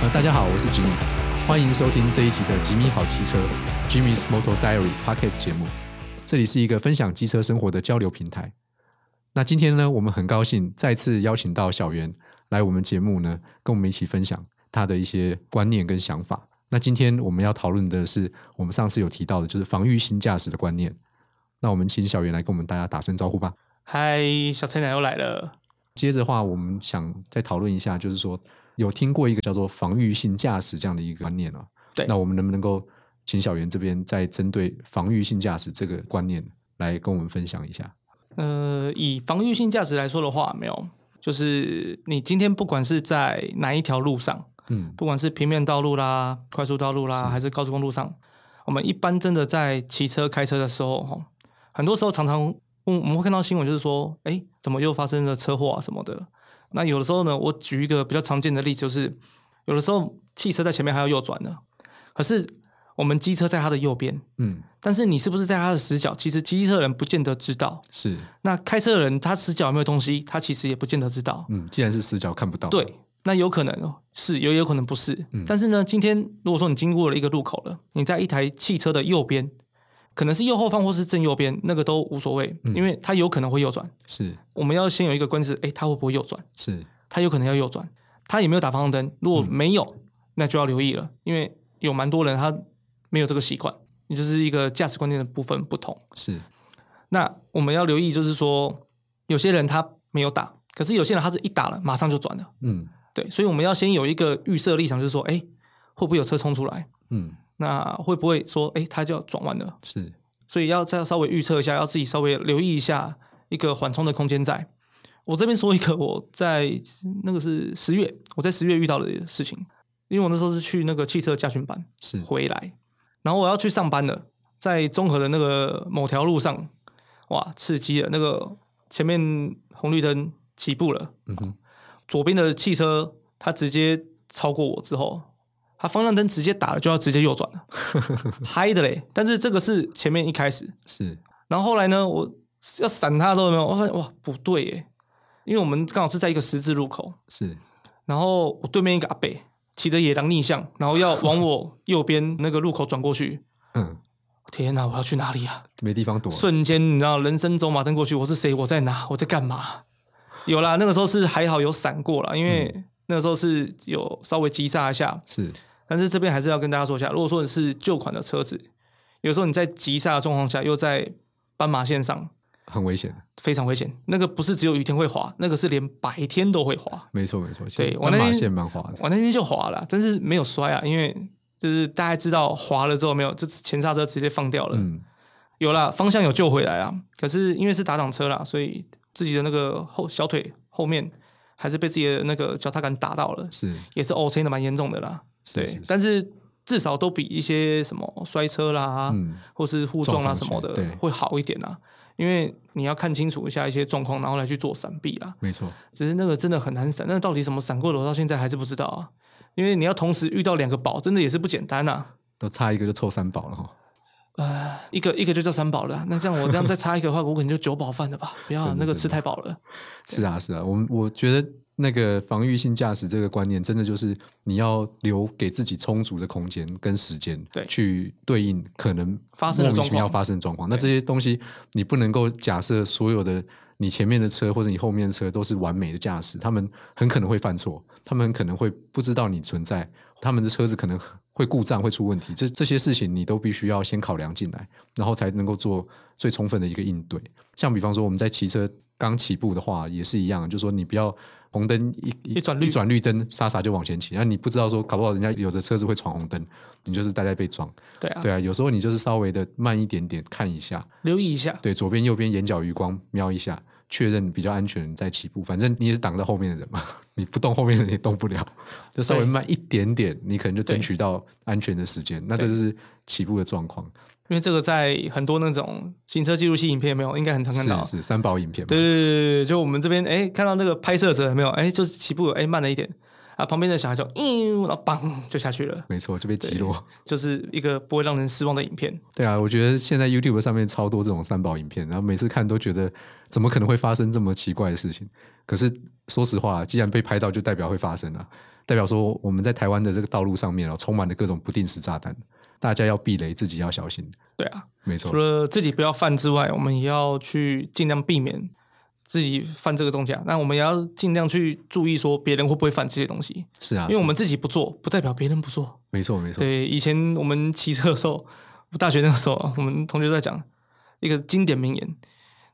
呃大家好，我是吉米，欢迎收听这一集的《吉米好机车》（Jimmy's Motor Diary Podcast） 节目。这里是一个分享机车生活的交流平台。那今天呢，我们很高兴再次邀请到小袁来我们节目呢，跟我们一起分享他的一些观念跟想法。那今天我们要讨论的是我们上次有提到的，就是防御性驾驶的观念。那我们请小袁来跟我们大家打声招呼吧。嗨，小菜鸟又来了。接着的话，我们想再讨论一下，就是说有听过一个叫做防御性驾驶这样的一个观念啊。对那我们能不能够请小袁这边再针对防御性驾驶这个观念来跟我们分享一下？呃，以防御性价值来说的话，没有，就是你今天不管是在哪一条路上，嗯，不管是平面道路啦、快速道路啦，还是高速公路上，我们一般真的在骑车、开车的时候，哈，很多时候常常嗯我们会看到新闻，就是说，哎，怎么又发生了车祸啊什么的。那有的时候呢，我举一个比较常见的例子，就是有的时候汽车在前面还要右转呢，可是我们机车在它的右边，嗯，但是你是不是在他的死角？其实机车的人不见得知道。是，那开车的人他死角有没有东西，他其实也不见得知道。嗯，既然是死角看不到，对，那有可能是，有也有可能不是。但是呢，今天如果说你经过了一个路口了，你在一台汽车的右边，可能是右后方或是正右边，那个都无所谓，因为它有可能会右转。是我们要先有一个关键字，哎，它会不会右转？是，它有可能要右转，它有没有打方向灯？如果没有，那就要留意了，因为有蛮多人他没有这个习惯，也就是一个价值观念的部分不同。是，那我们要留意，就是说有些人他没有打，可是有些人他是一打了马上就转了，嗯对，所以我们要先有一个预设立场，就是说，哎，会不会有车冲出来？嗯那会不会说，哎，他就要转弯了？是，所以要再稍微预测一下，要自己稍微留意一下一个缓冲的空间在。我这边说一个我在那个是十月，我在十月遇到的事情，因为我那时候是去那个汽车驾训班，是回来，然后我要去上班了，在综合的那个某条路上，哇，刺激了！那个前面红绿灯起步了，嗯哼，左边的汽车它直接超过我之后，它方向灯直接打了，就要直接右转了， 嗨的嘞！但是这个是前面一开始，是，然后后来呢，我要闪它的时候有没有？我发现哇，不对耶，因为我们刚好是在一个十字路口，是，然后我对面一个阿伯骑着野狼逆向，然后要往我右边那个路口转过去。嗯，天哪，我要去哪里啊？没地方躲，瞬间，你知道，人生走马灯过去，我是谁？我在哪？我在干嘛？有啦，那个时候是还好有闪过啦，因为那个时候是有稍微急刹一下。是，但是这边还是要跟大家说一下，如果说你是旧款的车子，有时候你在急刹的状况下，又在斑马线上，很危险的，非常危险。那个不是只有雨天会滑，那个是连白天都会滑。没错没错，其对实我斑那马天线蛮滑的，我那天就滑了，但是没有摔啊，因为就是大家知道滑了之后没有，就前刹车直接放掉了。嗯，有啦，方向有救回来啊，可是因为是打挡车啦，所以自己的那个后小腿后面还是被自己的那个脚踏杆打到了，是也是 O C 的蛮严重的啦。是对，是是，但是至少都比一些什么摔车啦，嗯，或是互撞撞啊上什么去的对会好一点啊，因为你要看清楚一下一些状况，然后来去做闪避啦。没错，只是那个真的很难闪，那到底什么闪过的，我到现在还是不知道啊。因为你要同时遇到两个宝，真的也是不简单呐、啊。都差一个就凑三宝了哈，呃，一个一个就叫三宝了啊、那这样我这样再差一个的话，我可能就九宝饭了吧？不要啊、真的那个真的吃太饱了。是啊，是啊，我们我觉得那个防御性驾驶这个观念，真的就是你要留给自己充足的空间跟时间，对去对应可能发生的莫名其妙状况发生的状况。那这些东西你不能够假设所有的你前面的车或者你后面的车都是完美的驾驶，他们很可能会犯错，他们很可能会不知道你存在，他们的车子可能会故障会出问题，这这些事情你都必须要先考量进来，然后才能够做最充分的一个应对。像比方说我们在骑车刚起步的话，也是一样，就是说你不要红灯一一转绿一转绿灯，傻傻就往前骑，那你不知道说搞不好人家有的车子会闯红灯，你就是呆呆被撞。对啊，对啊，有时候你就是稍微的慢一点点看一下，留意一下。对左边右边眼角余光瞄一下。确认比较安全再起步，反正你也是挡在后面的人嘛， 你不动后面的人也动不了，就稍微对慢一点点，你可能就争对取到安全的时间。那这就是起步的状况，因为这个在很多那种行车记录器影片有没有，应该很常看到是。是三宝影片嘛，对对对对对，就我们这边哎，看到那个拍摄者有没有？哎，就是起步哎慢了一点啊，旁边的小孩就嗯，然后砰就下去了，没错，就被击落。就是一个不会让人失望的影片。对啊，我觉得现在 YouTube 上面超多这种三宝影片，然后每次看都觉得怎么可能会发生这么奇怪的事情？可是说实话，既然被拍到，就代表会发生啊。代表说我们在台湾的这个道路上面哦，充满了各种不定时炸弹，大家要避雷，自己要小心。对啊，没错除，了自己不要犯之外，我们也要去尽量避免自己犯这个东西啊。那我们也要尽量去注意说别人会不会犯这些东西，是啊，因为我是啊们自己不做，不代表别人不做。没错没错，对，以前我们骑车的时候，我大学那个时候，我们同学都在讲一个经典名言：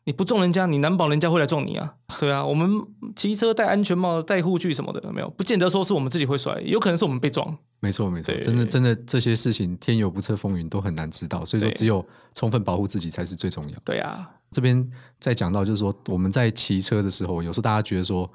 你不撞人家，你难保人家会来撞你啊！ 对啊，我们骑车戴安全帽、戴护具什么的，有没有，不见得说是我们自己会摔，有可能是我们被撞。没错没错，对真的真的这些事情天有不测风云都很难知道，所以说对只有充分保护自己才是最重要。对啊，这边再讲到，就是说我们在骑车的时候，有时候大家觉得说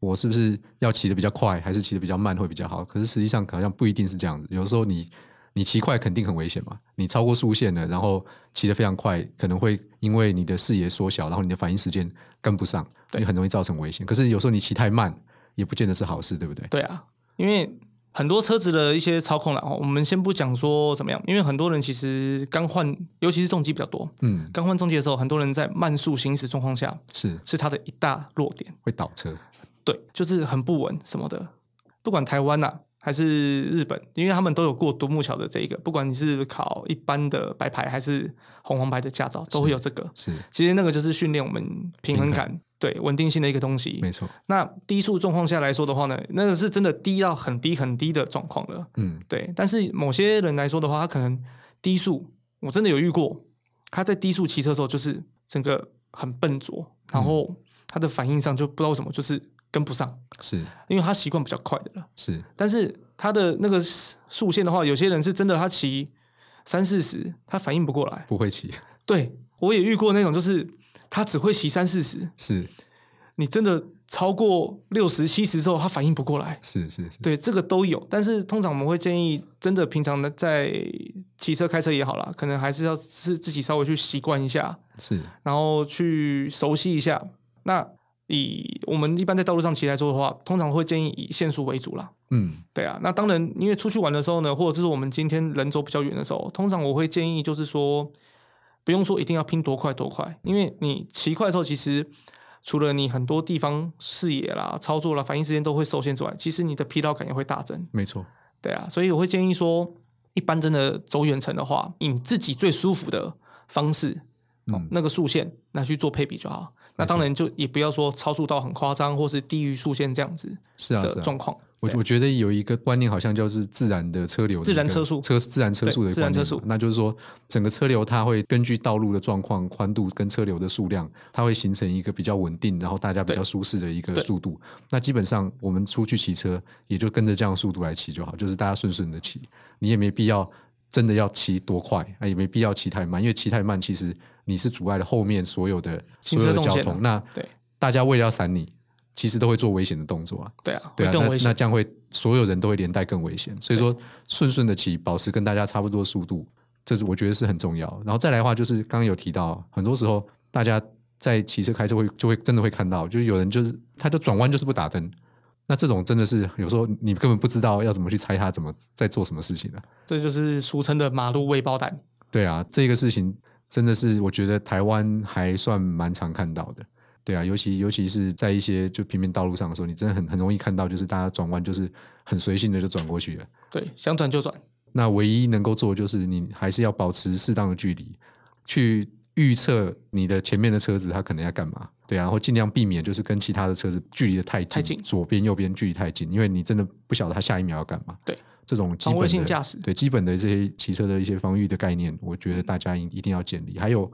我是不是要骑得比较快，还是骑得比较慢会比较好？可是实际上好像不一定是这样子。有时候你你骑快肯定很危险嘛，你超过速限了，然后骑得非常快，可能会因为你的视野缩小，然后你的反应时间跟不上，对你很容易造成危险。可是有时候你骑太慢，也不见得是好事，对不对？对啊，因为很多车子的一些操控啦，哦我们先不讲说怎么样，因为很多人其实刚换，尤其是重机比较多，嗯，刚换重机的时候，很多人在慢速行驶状况下是是它的一大弱点。嗯会倒车，对，就是很不稳什么的。不管台湾呐、啊还是日本，因为他们都有过独木桥的这一个，不管你是考一般的白牌还是红黄牌的驾照，都会有这个。是其实那个就是训练我们平平衡衡感、对稳定性的一个东西没。错。那低速状况下来说的话呢，那个是真的低到很低很低的状况了。嗯，对，但是某些人来说的话，他可能低速，我真的有遇过，他在低速骑车的时候，就是整个很笨拙，然后他的反应上就不知道为什么就是跟不上，是因为他习惯比较快的了。是但是他的那个速线的话，有些人是真的他骑三四十，他反应不过来。不会骑，对我也遇过那种，就是他只会骑三四十，是你真的超过六十七十之后，他反应不过来。是是是，对，这个都有，但是通常我们会建议，真的平常的在骑车、开车也好啦，可能还是要是自己稍微去习惯一下，是然后去熟悉一下。那以我们一般在道路上骑来说的话，通常会建议以限速为主啦。嗯对啊，那当然，因为出去玩的时候呢，或者是我们今天人走比较远的时候，通常我会建议就是说，不用说一定要拼多快多快，因为你骑快的时候，其实除了你很多地方视野啦、操作啦、反应时间都会受限之外，其实你的疲劳感也会大增。没错，对啊，所以我会建议说，一般真的走远程的话，以你自己最舒服的方式，哦嗯那个速线拿去做配比就好。那当然就也不要说超速到很夸张，或是低于速线这样子是啊是啊。的状况。我对我觉得有一个观念，好像就是自然的车流的一个，自然车速车自然车速的一个对自然观念车速嘛那就是说整个车流它会根据道路的状况、宽度跟车流的数量，它会形成一个比较稳定，然后大家比较舒适的一个对速度。那基本上我们出去骑车，也就跟着这样的速度来骑就好，就是大家顺顺的骑，你也没必要真的要骑多快，啊，也没必要骑太慢，因为骑太慢其实你是阻碍了后面所有的行所车有的动交线啊通。那对大家为了要闪你，其实都会做危险的动作啊。对啊，对会啊，更危那。险那。这样会所有人都会连带更危险。所以说，顺顺的骑，保持跟大家差不多速度，这是我觉得是很重要。然后再来的话，就是刚刚有提到，很多时候大家在骑车开车会就会真的会看到，就是有人就是他就转弯就是不打灯。那这种真的是有时候你根本不知道要怎么去猜他怎么在做什么事情啊。这就是俗称的马路未爆弹。对啊，这个事情真的是我觉得台湾还算蛮常看到的。对啊，尤其尤其是在一些就平面道路上的时候，你真的很很容易看到，就是大家转弯就是很随性的就转过去了。对，想转就转。那唯一能够做的就是你还是要保持适当的距离，去预测你的前面的车子它可能要干嘛。对啊，然后尽量避免就是跟其他的车子距离的太近，太近左边右边距离太近，因为你真的不晓得它下一秒要干嘛。对，这种基防本卫的性驾驶嗯对基本的这些骑车的一些防御的概念，我觉得大家一一定要建立。还有，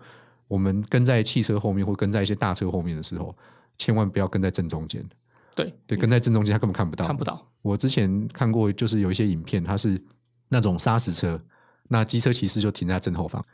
我们跟在汽车后面或跟在一些大车后面的时候，千万不要跟在正中间。对，对，跟在正中间他根本看不到，嗯看不到。我之前看过，就是有一些影片，它是那种砂石车，那机车骑士就停在正后方，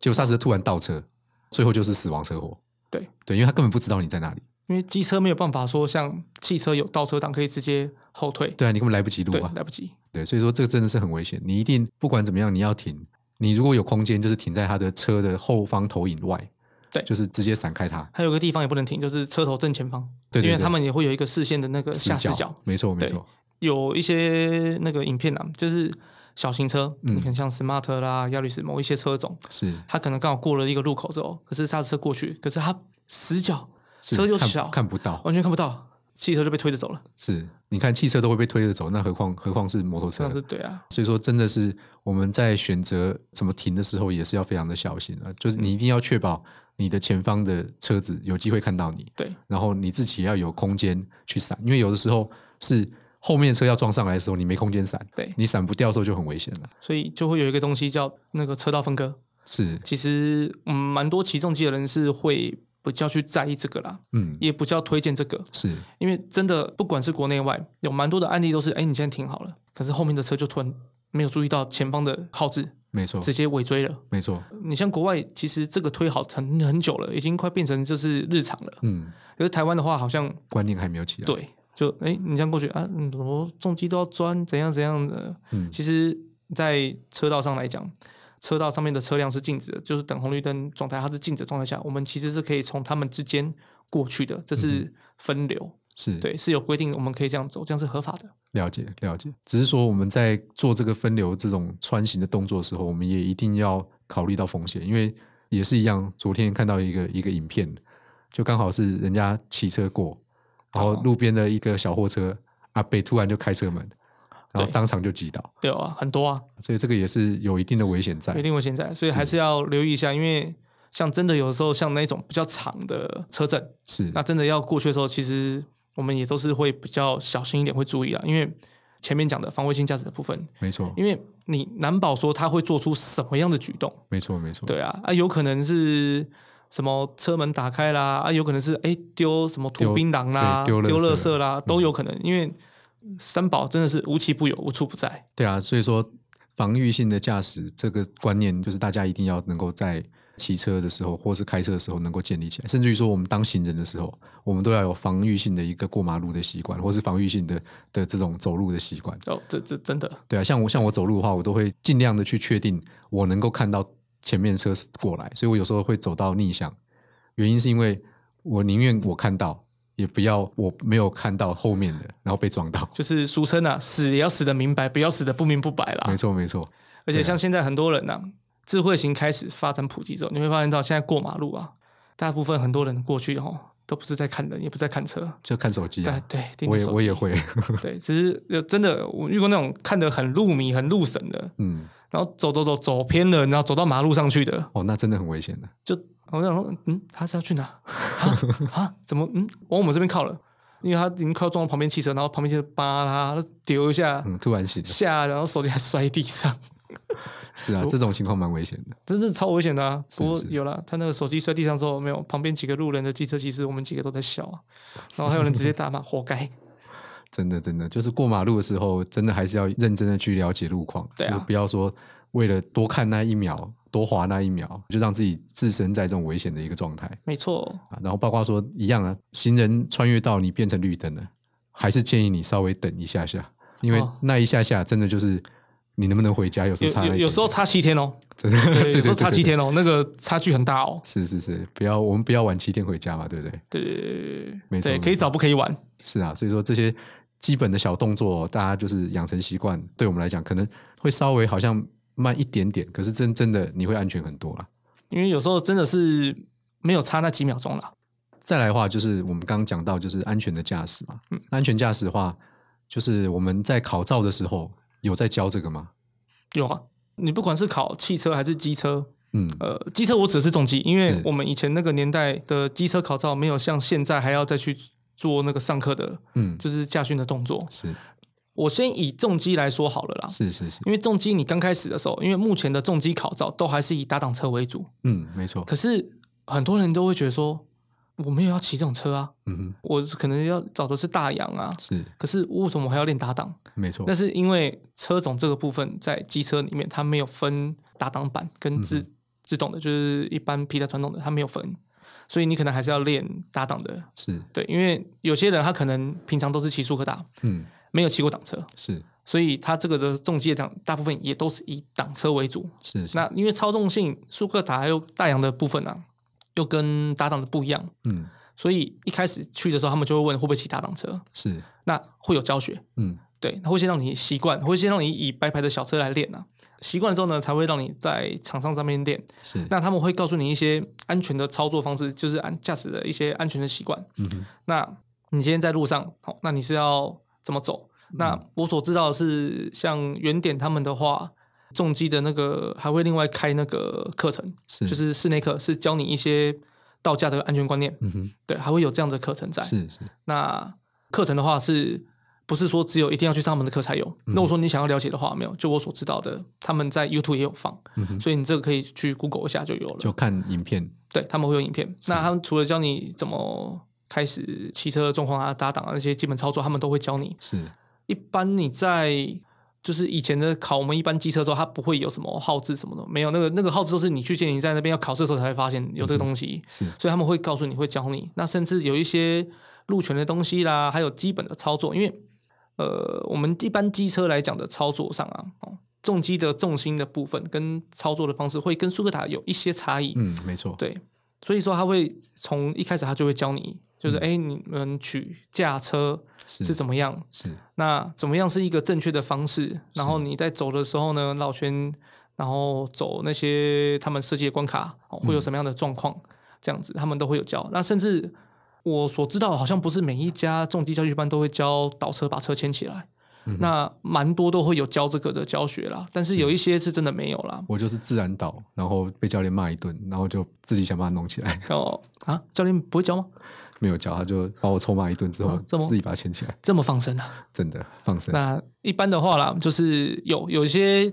结果砂石车突然倒车，最后就是死亡车祸。对对，因为他根本不知道你在哪里，因为机车没有办法说像汽车有倒车档可以直接后退，对啊，你根本来不及对，路啊。来不及。对，所以说这个真的是很危险，你一定不管怎么样，你要停。你如果有空间，就是停在他的车的后方投影外，对就是直接闪开他。还有个地方也不能停，就是车头正前方，对对对因为他们也会有一个视线的那个下视角。没错没对错，有一些那个影片啊，就是小型车，嗯你看像 Smart 啦、亚力士某一些车种，是它可能刚好过了一个路口之后，可是刹车过去，可是它死角，是车又看小，看不到，完全看不到，汽车就被推着走了。是你看汽车都会被推着走，那何况何况是摩托这车样？是对啊，所以说，真的是我们在选择怎么停的时候，也是要非常的小心啊。就是你一定要确保你的前方的车子有机会看到你，对，然后你自己也要有空间去闪，因为有的时候是后面车要撞上来的时候，你没空间闪，对你闪不掉的时候就很危险了。所以就会有一个东西叫那个车道分割。是，其实，嗯，蛮多骑重机的人是会比较去在意这个啦，嗯，也比较推荐这个，是，因为真的不管是国内外，有蛮多的案例都是，哎，你现在停好了，可是后面的车就突然没有注意到前方的号志，没错，直接尾追了。没错，你像国外，其实这个推好很很久了，已经快变成就是日常了。嗯，可是台湾的话，好像观念还没有起来。，对，就哎，你这样过去啊，嗯，怎么重机都要钻，怎样怎样的。嗯其实，在车道上来讲，车道上面的车辆是静止的，就是等红绿灯状态，它是静止的状态下，我们其实是可以从他们之间过去的，这是分流，是，对，是有规定，我们可以这样走，这样是合法的。了解了解，只是说我们在做这个分流这种穿行的动作的时候，我们也一定要考虑到风险，因为也是一样。昨天看到一个一个影片，就刚好是人家骑车过，然后哦路边的一个小货车阿北突然就开车门，然后对当场就击倒，对啊，很多啊，所以这个也是有一定的危险在有。定危险在，所以是还是要留意一下，因为像真的有时候像那种比较长的车阵，是那真的要过去的时候，其实我们也都是会比较小心一点，会注意啊，因为前面讲的防卫性驾驶的部分，没错，因为你难保说他会做出什么样的举动，没错，没错，对啊，啊，有可能是什么车门打开啦，啊，有可能是哎丢什么丢吐槟榔啦，对丢丢垃圾嗯垃圾啦，都有可能，因为三宝真的是无奇不有，无处不在，对啊，所以说防御性的驾驶这个观念，就是大家一定要能够在骑车的时候或是开车的时候能够建立起来，甚至于说我们当行人的时候，我们都要有防御性的一个过马路的习惯，或是防御性的的这种走路的习惯。哦，这这真的对啊，像我像我走路的话，我都会尽量的去确定我能够看到前面的车过来，所以我有时候会走到逆向，原因是因为我宁愿我看到，也不要我没有看到后面的，然后被撞到。就是俗称啊，死也要死的明白，不要死的不明不白啦没。错，没错，而且像现在很多人呐、啊智慧型开始发展普及之后，你会发现到现在过马路啊，大部分很多人过去哦，都不是在看人，也不是在看车，就看手机对啊，对，盯我着也手机我也会，对，只是呃真的我遇过那种看得很入迷、很入神的，嗯，然后走走走走偏了，然后走到马路上去的，哦，那真的很危险的。就我想说，嗯，他是要去哪啊 啊？怎么嗯往我们这边靠了？因为他已经靠撞到旁边汽车，然后旁边汽车扒他丢一下嗯，突然醒了，下，然后手机还摔地上。 是啊，这种情况蛮危险的。真是超危险的啊！不过是有了，他那个手机摔地上之后，没有旁边几个路人的机车骑士，我们几个都在笑啊。然后还有人直接大骂“活 该真的，真的，就是过马路的时候，真的还是要认真的去了解路况，对啊就是不要说为了多看那一秒、多滑那一秒，就让自己置身在这种危险的一个状态”。没错，啊。然后包括说一样啊，行人穿越到你变成绿灯了，还是建议你稍微等一下下，因为哦那一下下真的就是你能不能回家，有时有候差了一有点有时候差七 天哦，真的，对对，有时候对差对七对天哦，那个差距很大哦。是是是，不要我们不要晚七天回家嘛，对不对？对对对对没对，错对，没可以错早不可以晚，是啊，所以说这些基本的小动作，大家就是养成习惯，对我们来讲可能会稍微好像慢一点点，可是真真的你会安全很多啦。因为有时候真的是没有差那几秒钟啦。再来的话，就是我们刚刚讲到就是安全的驾驶嘛，嗯那安全驾驶的话，就是我们在考照的时候有在教这个吗？有啊，你不管是考汽车还是机车，嗯，呃，机车我指的是重机，因为是我们以前那个年代的机车考照没有像现在还要再去做那个上课的，嗯就是驾训的动作。是我先以重机来说好了啦，是是是，因为重机你刚开始的时候，因为目前的重机考照都还是以打档车为主，嗯，没错，可是很多人都会觉得说，我没有要骑这种车啊，嗯哼，我可能要找的是大洋啊，是可是为什么我还要练打档？没错那，是因为车种这个部分在机车里面它没有分打档版跟自、自动的，就是一般皮带传动的它没有分，所以你可能还是要练打档的，是对，因为有些人他可能平常都是骑速克达，嗯没有骑过档车，是所以它这个的重机的档大部分也都是以档车为主。是是，那因为操纵性，舒克塔还有大洋的部分啊，又跟打档的不一样，嗯所以一开始去的时候，他们就会问会不会骑打档车，是那会有教学，嗯对，会先让你习惯，会先让你以白牌的小车来练啊，习惯了之后呢，才会让你在场上上面练。是那他们会告诉你一些安全的操作方式，就是安驾驶的一些安全的习惯。嗯哼哦那你今天在路上，好，那你是要怎么走。嗯那我所知道的是，像原点他们的话，重机的那个还会另外开那个课程，是就是室内课，是教你一些道驾的安全观念，嗯哼，对，还会有这样的课程在。是是，那课程的话是。不是说只有一定要去上他们的课才有。嗯那我说你想要了解的话，没有，就我所知道的，他们在 YouTube 也有放，嗯哼，所以你这个可以去 Google 一下就有了。就看影片，对，他们会有影片。那他们除了教你怎么开始骑车的状况啊、搭档啊那些基本操作，他们都会教你。是一般你在就是以前的考我们一般机车的时候，它不会有什么号志什么的，没有那个那个号志都是你去监理站那边要考试的时候才会发现有这个东西，是，所以他们会告诉你会教你。那甚至有一些路权的东西啦，还有基本的操作，因为呃，我们一般机车来讲的操作上啊，哦，重机的重心的部分跟操作的方式会跟苏格塔有一些差异。嗯，没错，对，所以说他会从一开始他就会教你，就是哎、诶你们取驾车是是怎么样？是那怎么样是一个正确的方式？然后你在走的时候呢，绕圈，然后走那些他们设计的关卡，哦会有什么样的状况？这样子他们都会有教。那甚至我所知道的，好像不是每一家重机教育班都会教倒车把车牵起来。那蛮多都会有教这个的教学啦，但是有一些是真的没有啦。我就是自然倒，然后被教练骂一顿，然后就自己想办法弄起来， 哦啊，教练不会教吗？没有教他就把我臭骂一顿之后，啊这么自己把它牵起来，这么放生啊？真的放生，那一般的话啦，就是有有一些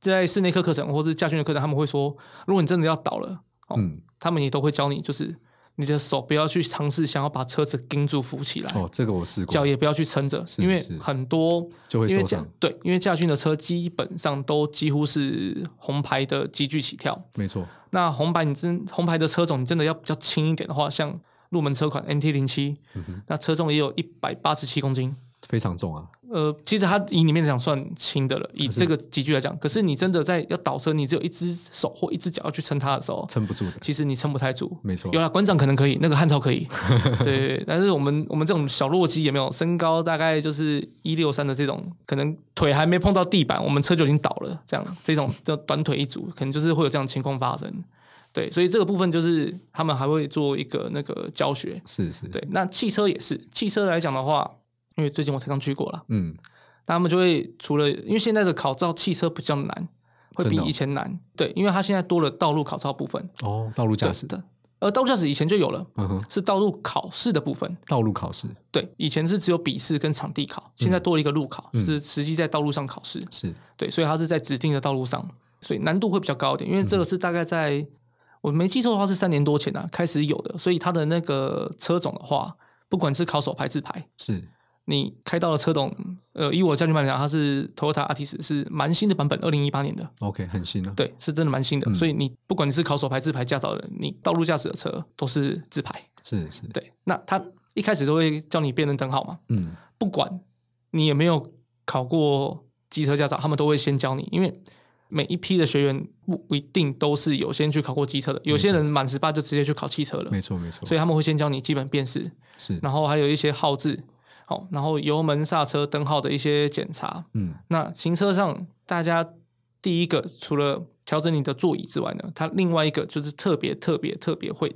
在室内课课程或是驾训的课程，他们会说，如果你真的要倒了，哦，嗯，他们也都会教你，就是你的手不要去尝试想要把车子盯住扶起来，哦，这个我试脚过，也不要去撑着，因为是很多就会因为受驾伤，对，因为驾训的车基本上都几乎是红牌的急剧起跳，没错，那红牌你真红牌的车种，你真的要比较轻一点的话，像入门车款 MT 零七、嗯那车重也有一百八十七公斤。非常重啊，呃，其实它以里面讲算轻的了，以可是这个集距来讲。可是你真的在要倒车，你只有一只手或一只脚要去撑它的时候，撑不住的，其实你撑不太住。没错有，啦，馆长可能可以，那个汉超可 以，对。但是我们我们这种小弱鸡也没有，身高大概就是一六三的这种，可能腿还没碰到地板，我们车就已经倒了，这样这种叫短腿一族，可能就是会有这样的情况发生。对，所以这个部分就是他们还会做一个那个教学。是是，对，那汽车也是，汽车来讲的话，因为最近我才刚去过啦，嗯，那他们就会除了因为现在的考照汽车比较难，会比真的哦以前难，对，因为它现在多了道路考照部分，哦，道路驾对驶，的，而道路驾驶以前就有了，嗯哼，是道路考试的部分，道路考试对，以前是只有笔试跟场地考，现在嗯多了一个路考，就是实际在道路上考试，是对，所以它是在指定的道路上，所以难度会比较高一点，因为嗯这个是大概在、我没记错的话是三年多前啊开始有的，所以它的那个车种的话，不管是考手牌、自牌，是，你开到了车种，呃，以我家训班来讲，它是 Toyota Altis，是蛮新的版本，二零一八年的， OK，很新啊，对，是真的蛮新的。所以你不管你是考手牌、自牌驾照的人，你道路驾驶的车都是自牌。是是，对，那他一开始都会叫你辨认灯号嘛，嗯，不管你有没有考过机车驾照，他们都会先教你，因为每一批的学员不不一定都是有先去考过机车的，有些人满十八就直接去考汽车了，嗯没错没错，所以他们会先教你基本辨识，是，然后还有一些号志，好、然后油门、刹车、灯号的一些检查。嗯，那行车上，大家第一个除了调整你的座椅之外呢，它另外一个就是特别特别特别会，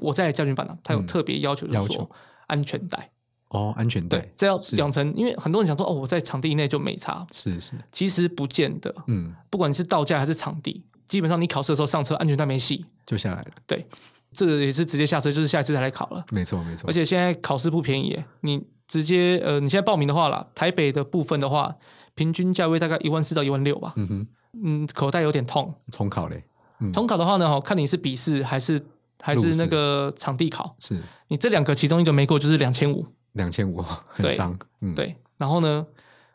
我在家训班呢、啊它有特别要求，就嗯要是求说安全带。哦，安全带对，，这要养成，因为很多人想说哦，我在场地内就没差，是是，其实不见得。嗯，不管你是道驾还是场地，基本上你考试的时候上车安全带没系，就下来了，对，这个也是直接下车，就是下一次才来考了。没错没错而，且现在考试不便宜耶，你直接呃，你现在报名的话啦，台北的部分的话，平均价位大概一万四到一万六吧。嗯哼，嗯，口袋有点痛。重考嘞，嗯重考的话呢，哦，看你是笔试还是还路是试那个场地考，是你这两个其中一个没过就是两千五，两千五，很对伤，嗯，，对。然后呢，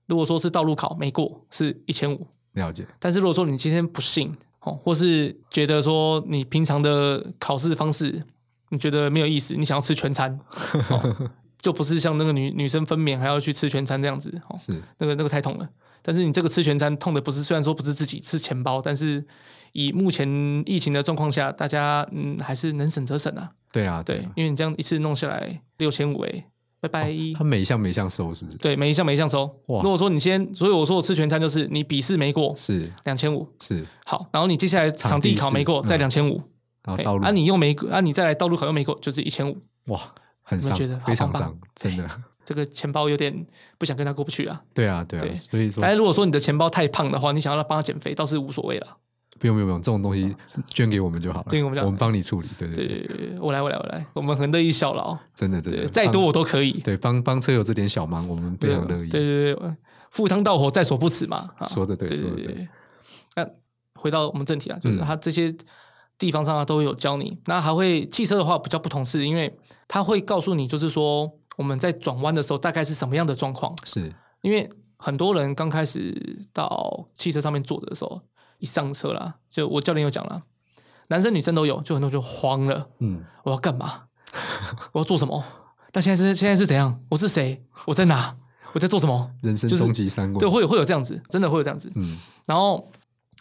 如果说是道路考没过是一千五，了解，但是如果说你今天不信哦，或是觉得说你平常的考试方式你觉得没有意思，你想要吃全餐，哦就不是像那个女女生分娩还要去吃全餐这样子哦，是那个那个太痛了。但是你这个吃全餐痛的不是，虽然说不是自己吃钱包，但是以目前疫情的状况下，大家嗯还是能省则省啊。对啊，对啊，，因为你这样一次弄下来六千五哎，拜拜。他每一项每一项收是不是？对，每一项每一项收。哇如果说你先，所以我说我吃全餐就是你笔试没过是两千五，是，好，然后你接下来场地考没过，场地再是两千五，然后哎道路啊，你又没，啊，你再来道路考又没过，就是一千五。哇，很你们伤觉得，好非常棒哎伤棒，真的这个钱包有点不想跟他过不去啊。对啊，对啊，对所以说反正如果说你的钱包太胖的话，你想要帮他减肥倒是无所谓了。不用不用不用，这种东西捐给我们就好了， 捐给我们就好我们帮你处理。对对对对，对对，对我来我来我来，我们很乐意效劳，真的真对，的，再多我都可以帮，对帮帮车友这点小忙，我们非常乐意。对对对对，赴汤蹈火在所不辞嘛。啊说得对对说得对对。那回到我们正题啊，就是嗯他这些地方上啊都会有教你，那还会汽车的话比较不同是，因为他会告诉你，就是说我们在转弯的时候大概是什么样的状况，是因为很多人刚开始到汽车上面坐着的时候，一上车啦，就我教练有讲啦，男生女生都有，就很多人就慌了，嗯，我要干嘛？我要做什么？但现在是现在是怎样？我是谁？我在哪？我在做什么？人生就是终极三问。对，会有会有这样子，真的会有这样子。嗯，然后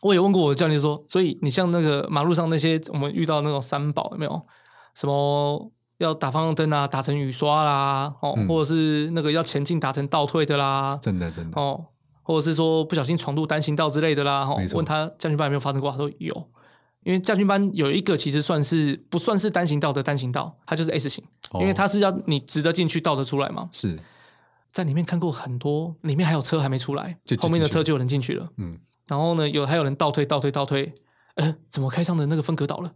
我也问过我的教练说，所以你像那个马路上那些我们遇到那种三宝有没有？什么要打方向灯啊，打成雨刷啦，哦，嗯或者是那个要前进打成倒退的啦，真的真的，哦，或者是说不小心闯入单行道之类的啦，哦没，错问他驾训班有没有发生过，他说有。因为驾训班有一个其实算是不算是单行道的单行道，它就是 S 型，哦因为它是要你直的进去，倒的出来嘛。是在里面看过很多，里面还有车还没出来就，就后面的进去车就有人进去了。嗯，然后呢，有还有人倒退倒退倒退，呃，怎么开上的那个分隔 岛了？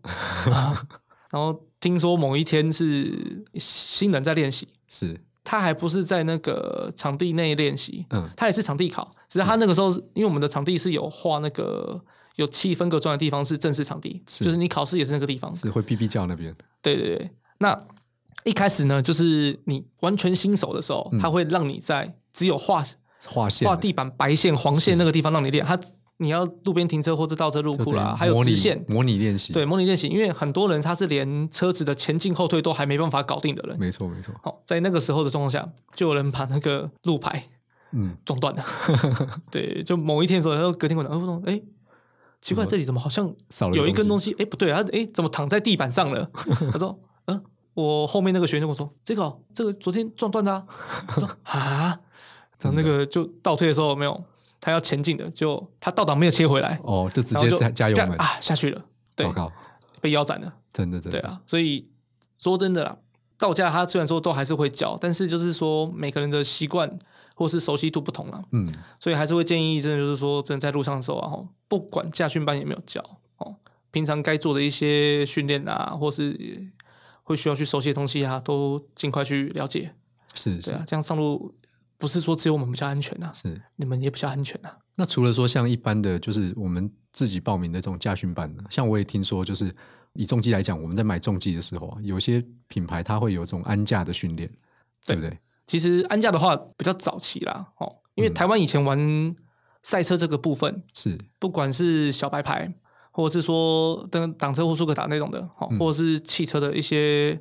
啊然后听说某一天是新人在练习，是他还不是在那个场地内练习，嗯他也是场地考，只是他那个时候是，因为我们的场地是有画那个有砌分隔砖的地方是正式场地，是就是你考试也是那个地方。是会哔哔叫那边对对对，那一开始呢，就是你完全新手的时候，嗯他会让你在只有画画线画地板白线、黄线那个地方让你练，他你要路边停车或者倒车入就库等啦，于还有模拟直线。模拟练习。对，，模拟练习，因为很多人他是连车子的前进后退都还没办法搞定的人，没错没错，好，在那个时候的状况下，就有人把那个路牌嗯，撞断了。 对，就某一天的时候，然后隔天我讲，哎我说，哎，奇怪，这里怎么好像少了有一根东西，西？哎，不对啊，哎，怎么躺在地板 上了？他说，嗯，我后面那个学员就跟我说，这个哦这个昨天撞断的啊。我 说啊，然后那个就倒退的时候没有，他要前进的，就他倒档没有切回来，哦，就直然后接就加加油干门，啊下去了，对糟，糕，被腰斩了。真的真对的，啊，所以说真的啦，道家他虽然说都还是会教，但是就是说每个人的习惯或是熟悉度不同啦，嗯，所以还是会建议，真的就是说，真的在路上的时候啊，吼不管驾训班有没有教哦，平常该做的一些训练啊，或是会需要去熟悉的东西啊，都尽快去了解。是对是啊，这样上路不是说只有我们比较安全啊，是。你们也比较安全啊。那除了说像一般的，就是我们自己报名的这种驾训班呢，像我也听说，就是以重机来讲，我们在买重机的时候啊，有些品牌它会有这种安驾的训练，对对不对？其实安驾的话比较早期啦，哦，因为嗯台湾以前玩赛车这个部分，是不管是小白牌，或者是说跟挡车或速克达那种的，好、嗯或者是汽车的一些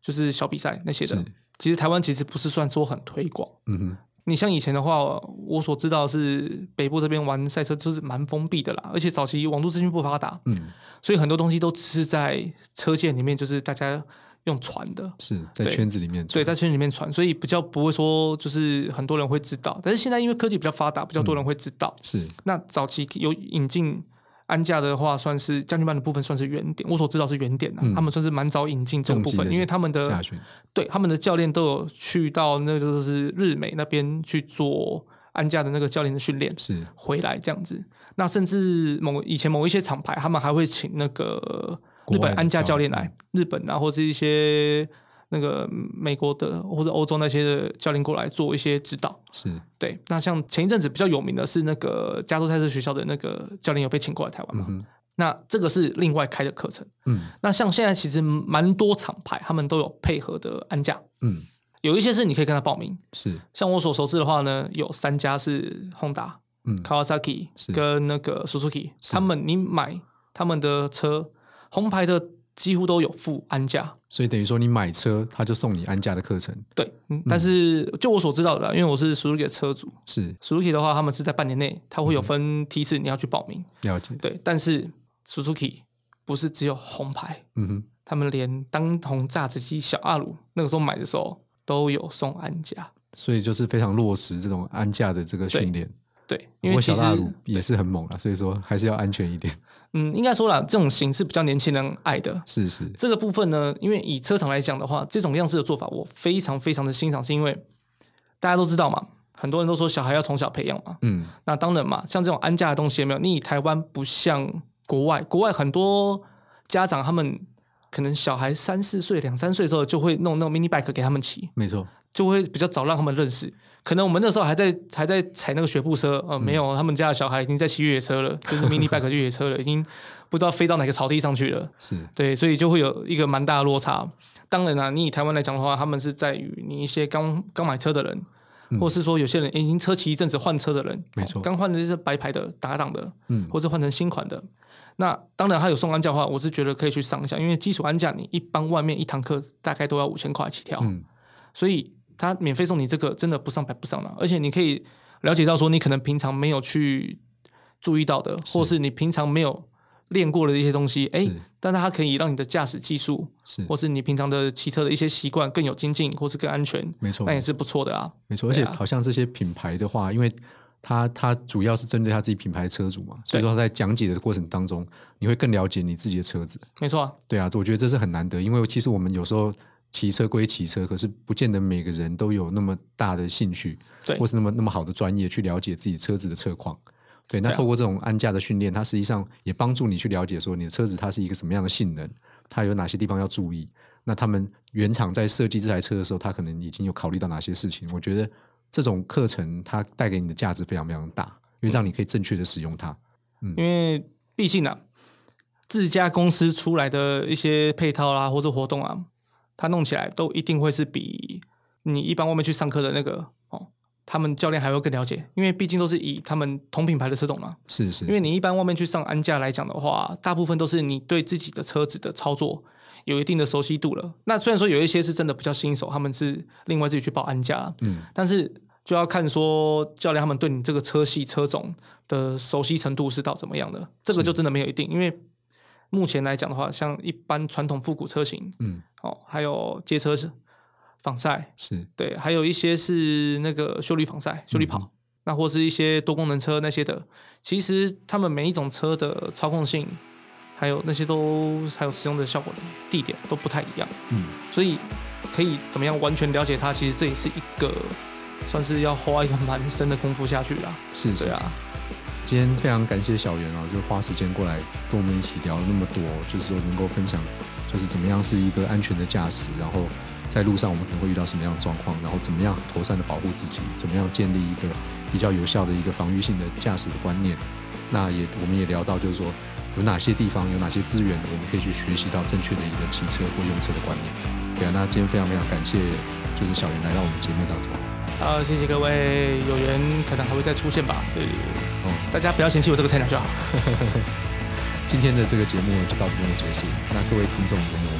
就是小比赛那些的是，，其实台湾其实不是算说很推广。嗯哼，你像以前的话，我所知道是北部这边玩赛车就是蛮封闭的啦，而且早期网络资讯不发达，嗯，所以很多东西都只是在车界里面，就是大家用传的，是在对圈子里面做，对，在圈里面传，所以比较不会说就是很多人会知道。但是现在因为科技比较发达，比较嗯多人会知道，是那早期有引进安驾的话，算是将军班的部分算是原点，我所知道是原点的、嗯他们算是蛮早引进这个部重机分，的因为他们驾的训，对他们的教练都有去到那个就是日美那边去做安驾的那个教练的训练，是回来这样子。那甚至某以前某一些厂牌，他们还会请那个国日外的本安驾教教练练来，日本啊，或是一些那个美国的或者欧洲那些的教练过来做一些指导。是，对，那像前一阵子比较有名的是那个加州赛车学校的那个教练有被请过来台湾嗯嘛？哼，那这个是另外开的课程。嗯那像现在其实蛮多厂牌他们都有配合的安驾，嗯，有一些是你可以跟他报名。是，像我所熟知的话呢，有三家是 Honda、嗯 Kawasaki 是跟那个 Suzuki，他们你买他们的车，红牌的几乎都有附安驾。所以等于说你买车，他就送你安驾的课程，对，嗯但是就我所知道的啦，因为我是 Suzuki 的车主是，Suzuki 的话，他们是在半年内，它会嗯有分梯次，你要去报名。了解，对，但是 Suzuki 不是只有红牌，嗯哼，他们连当红榨汁机小阿鲁那个时候买的时候都有送安家。所以就是非常落实这种安驾的这个训练。对，因不过为其小实大鲁也是很猛啦，所以说还是要安全一点。嗯，应该说啦，这种型是比较年轻人爱的。是是，这个部分呢，因为以车厂来讲的话，这种样式的做法我非常非常的欣赏，是因为大家都知道嘛，很多人都说小孩要从小培养嘛。嗯，那当然嘛，像这种安家的东西也没有。你台湾不像国外，国外很多家长他们可能小孩三四岁、两三岁的时候就会弄那种 mini bike 给他们骑，没错，就会比较早让他们认识。可能我们那时候还在还在踩那个学步车，呃，没有，他们家的小孩已经在骑越野车了，就是 mini bike 越野车了，已经不知道飞到哪个草地上去了。是对，所以就会有一个蛮大的落差。当然啦、你以台湾来讲的话，他们是在于你一些刚刚买车的人，或是说有些人诶已经车骑一阵子换车的人，嗯哦没错刚换的是白牌的、打档的，嗯或是换成新款的。那当然，他有送安价的话，我是觉得可以去上一下，因为基础安价你一般外面一堂课大概都要五千块起跳，嗯所以他免费送你这个真的不上白不上了。而且你可以了解到说，你可能平常没有去注意到的，或是你平常没有练过的一些东西，哎是，但它可以让你的驾驶技术，是，或是你平常的骑车的一些习惯更有精进，或是更安全，没错那，也是不错的啊。没错。而且对啊好像这些品牌的话，因为它它主要是针对它自己品牌的车主嘛，所以说在讲解的过程当中，你会更了解你自己的车子。没错啊，对啊，我觉得这是很难得，因为其实我们有时候骑车归骑车，可是不见得每个人都有那么大的兴趣，对或是那么那么好的专业去了解自己车子的车况。对，那对啊透过这种安驾的训练，它实际上也帮助你去了解说你的车子它是一个什么样的性能，它有哪些地方要注意。那他们原厂在设计这台车的时候，他可能已经有考虑到哪些事情？我觉得这种课程它带给你的价值非常非常大，因为让你可以正确的使用它。因为毕竟啊，自家公司出来的一些配套啦、或者活动啊，它弄起来都一定会是比你一般外面去上课的那个哦，他们教练还会更了解，因为毕竟都是以他们同品牌的车种嘛。是是，因为你一般外面去上安驾来讲的话，大部分都是你对自己的车子的操作有一定的熟悉度了。那虽然说有一些是真的比较新手，他们是另外自己去报安驾，嗯，但是就要看说教练他们对你这个车系车种的熟悉程度是到怎么样的，这个就真的没有一定，因为。目前来讲的话，像一般传统复古车型，嗯，哦，还有街车是仿赛，是对，还有一些是那个修理防晒、嗯修理跑，那或是一些多功能车那些的，其实他们每一种车的操控性，还有那些都还有使用的效果的地点都不太一样，嗯，所以可以怎么样完全了解它，其实这也是一个算是要花一个 蛮深的功夫下去啦。是是对啊是，今天非常感谢小袁啊，就花时间过来跟我们一起聊了那么多，就是说能够分享，就是怎么样是一个安全的驾驶，然后在路上我们可能会遇到什么样的状况，然后怎么样妥善的保护自己，怎么样建立一个比较有效的一个防御性的驾驶的观念。那也我们也聊到，就是说有哪些地方有哪些资源，我们可以去学习到正确的一个骑车或用车的观念。对啊，那今天非常非常感谢，就是小袁来到我们节目当中。啊，谢谢各位，有缘可能还会再出现吧。对，哦、大家不要嫌弃我这个菜鸟就好。今天的这个节目就到这边就结束。那各位听众朋友，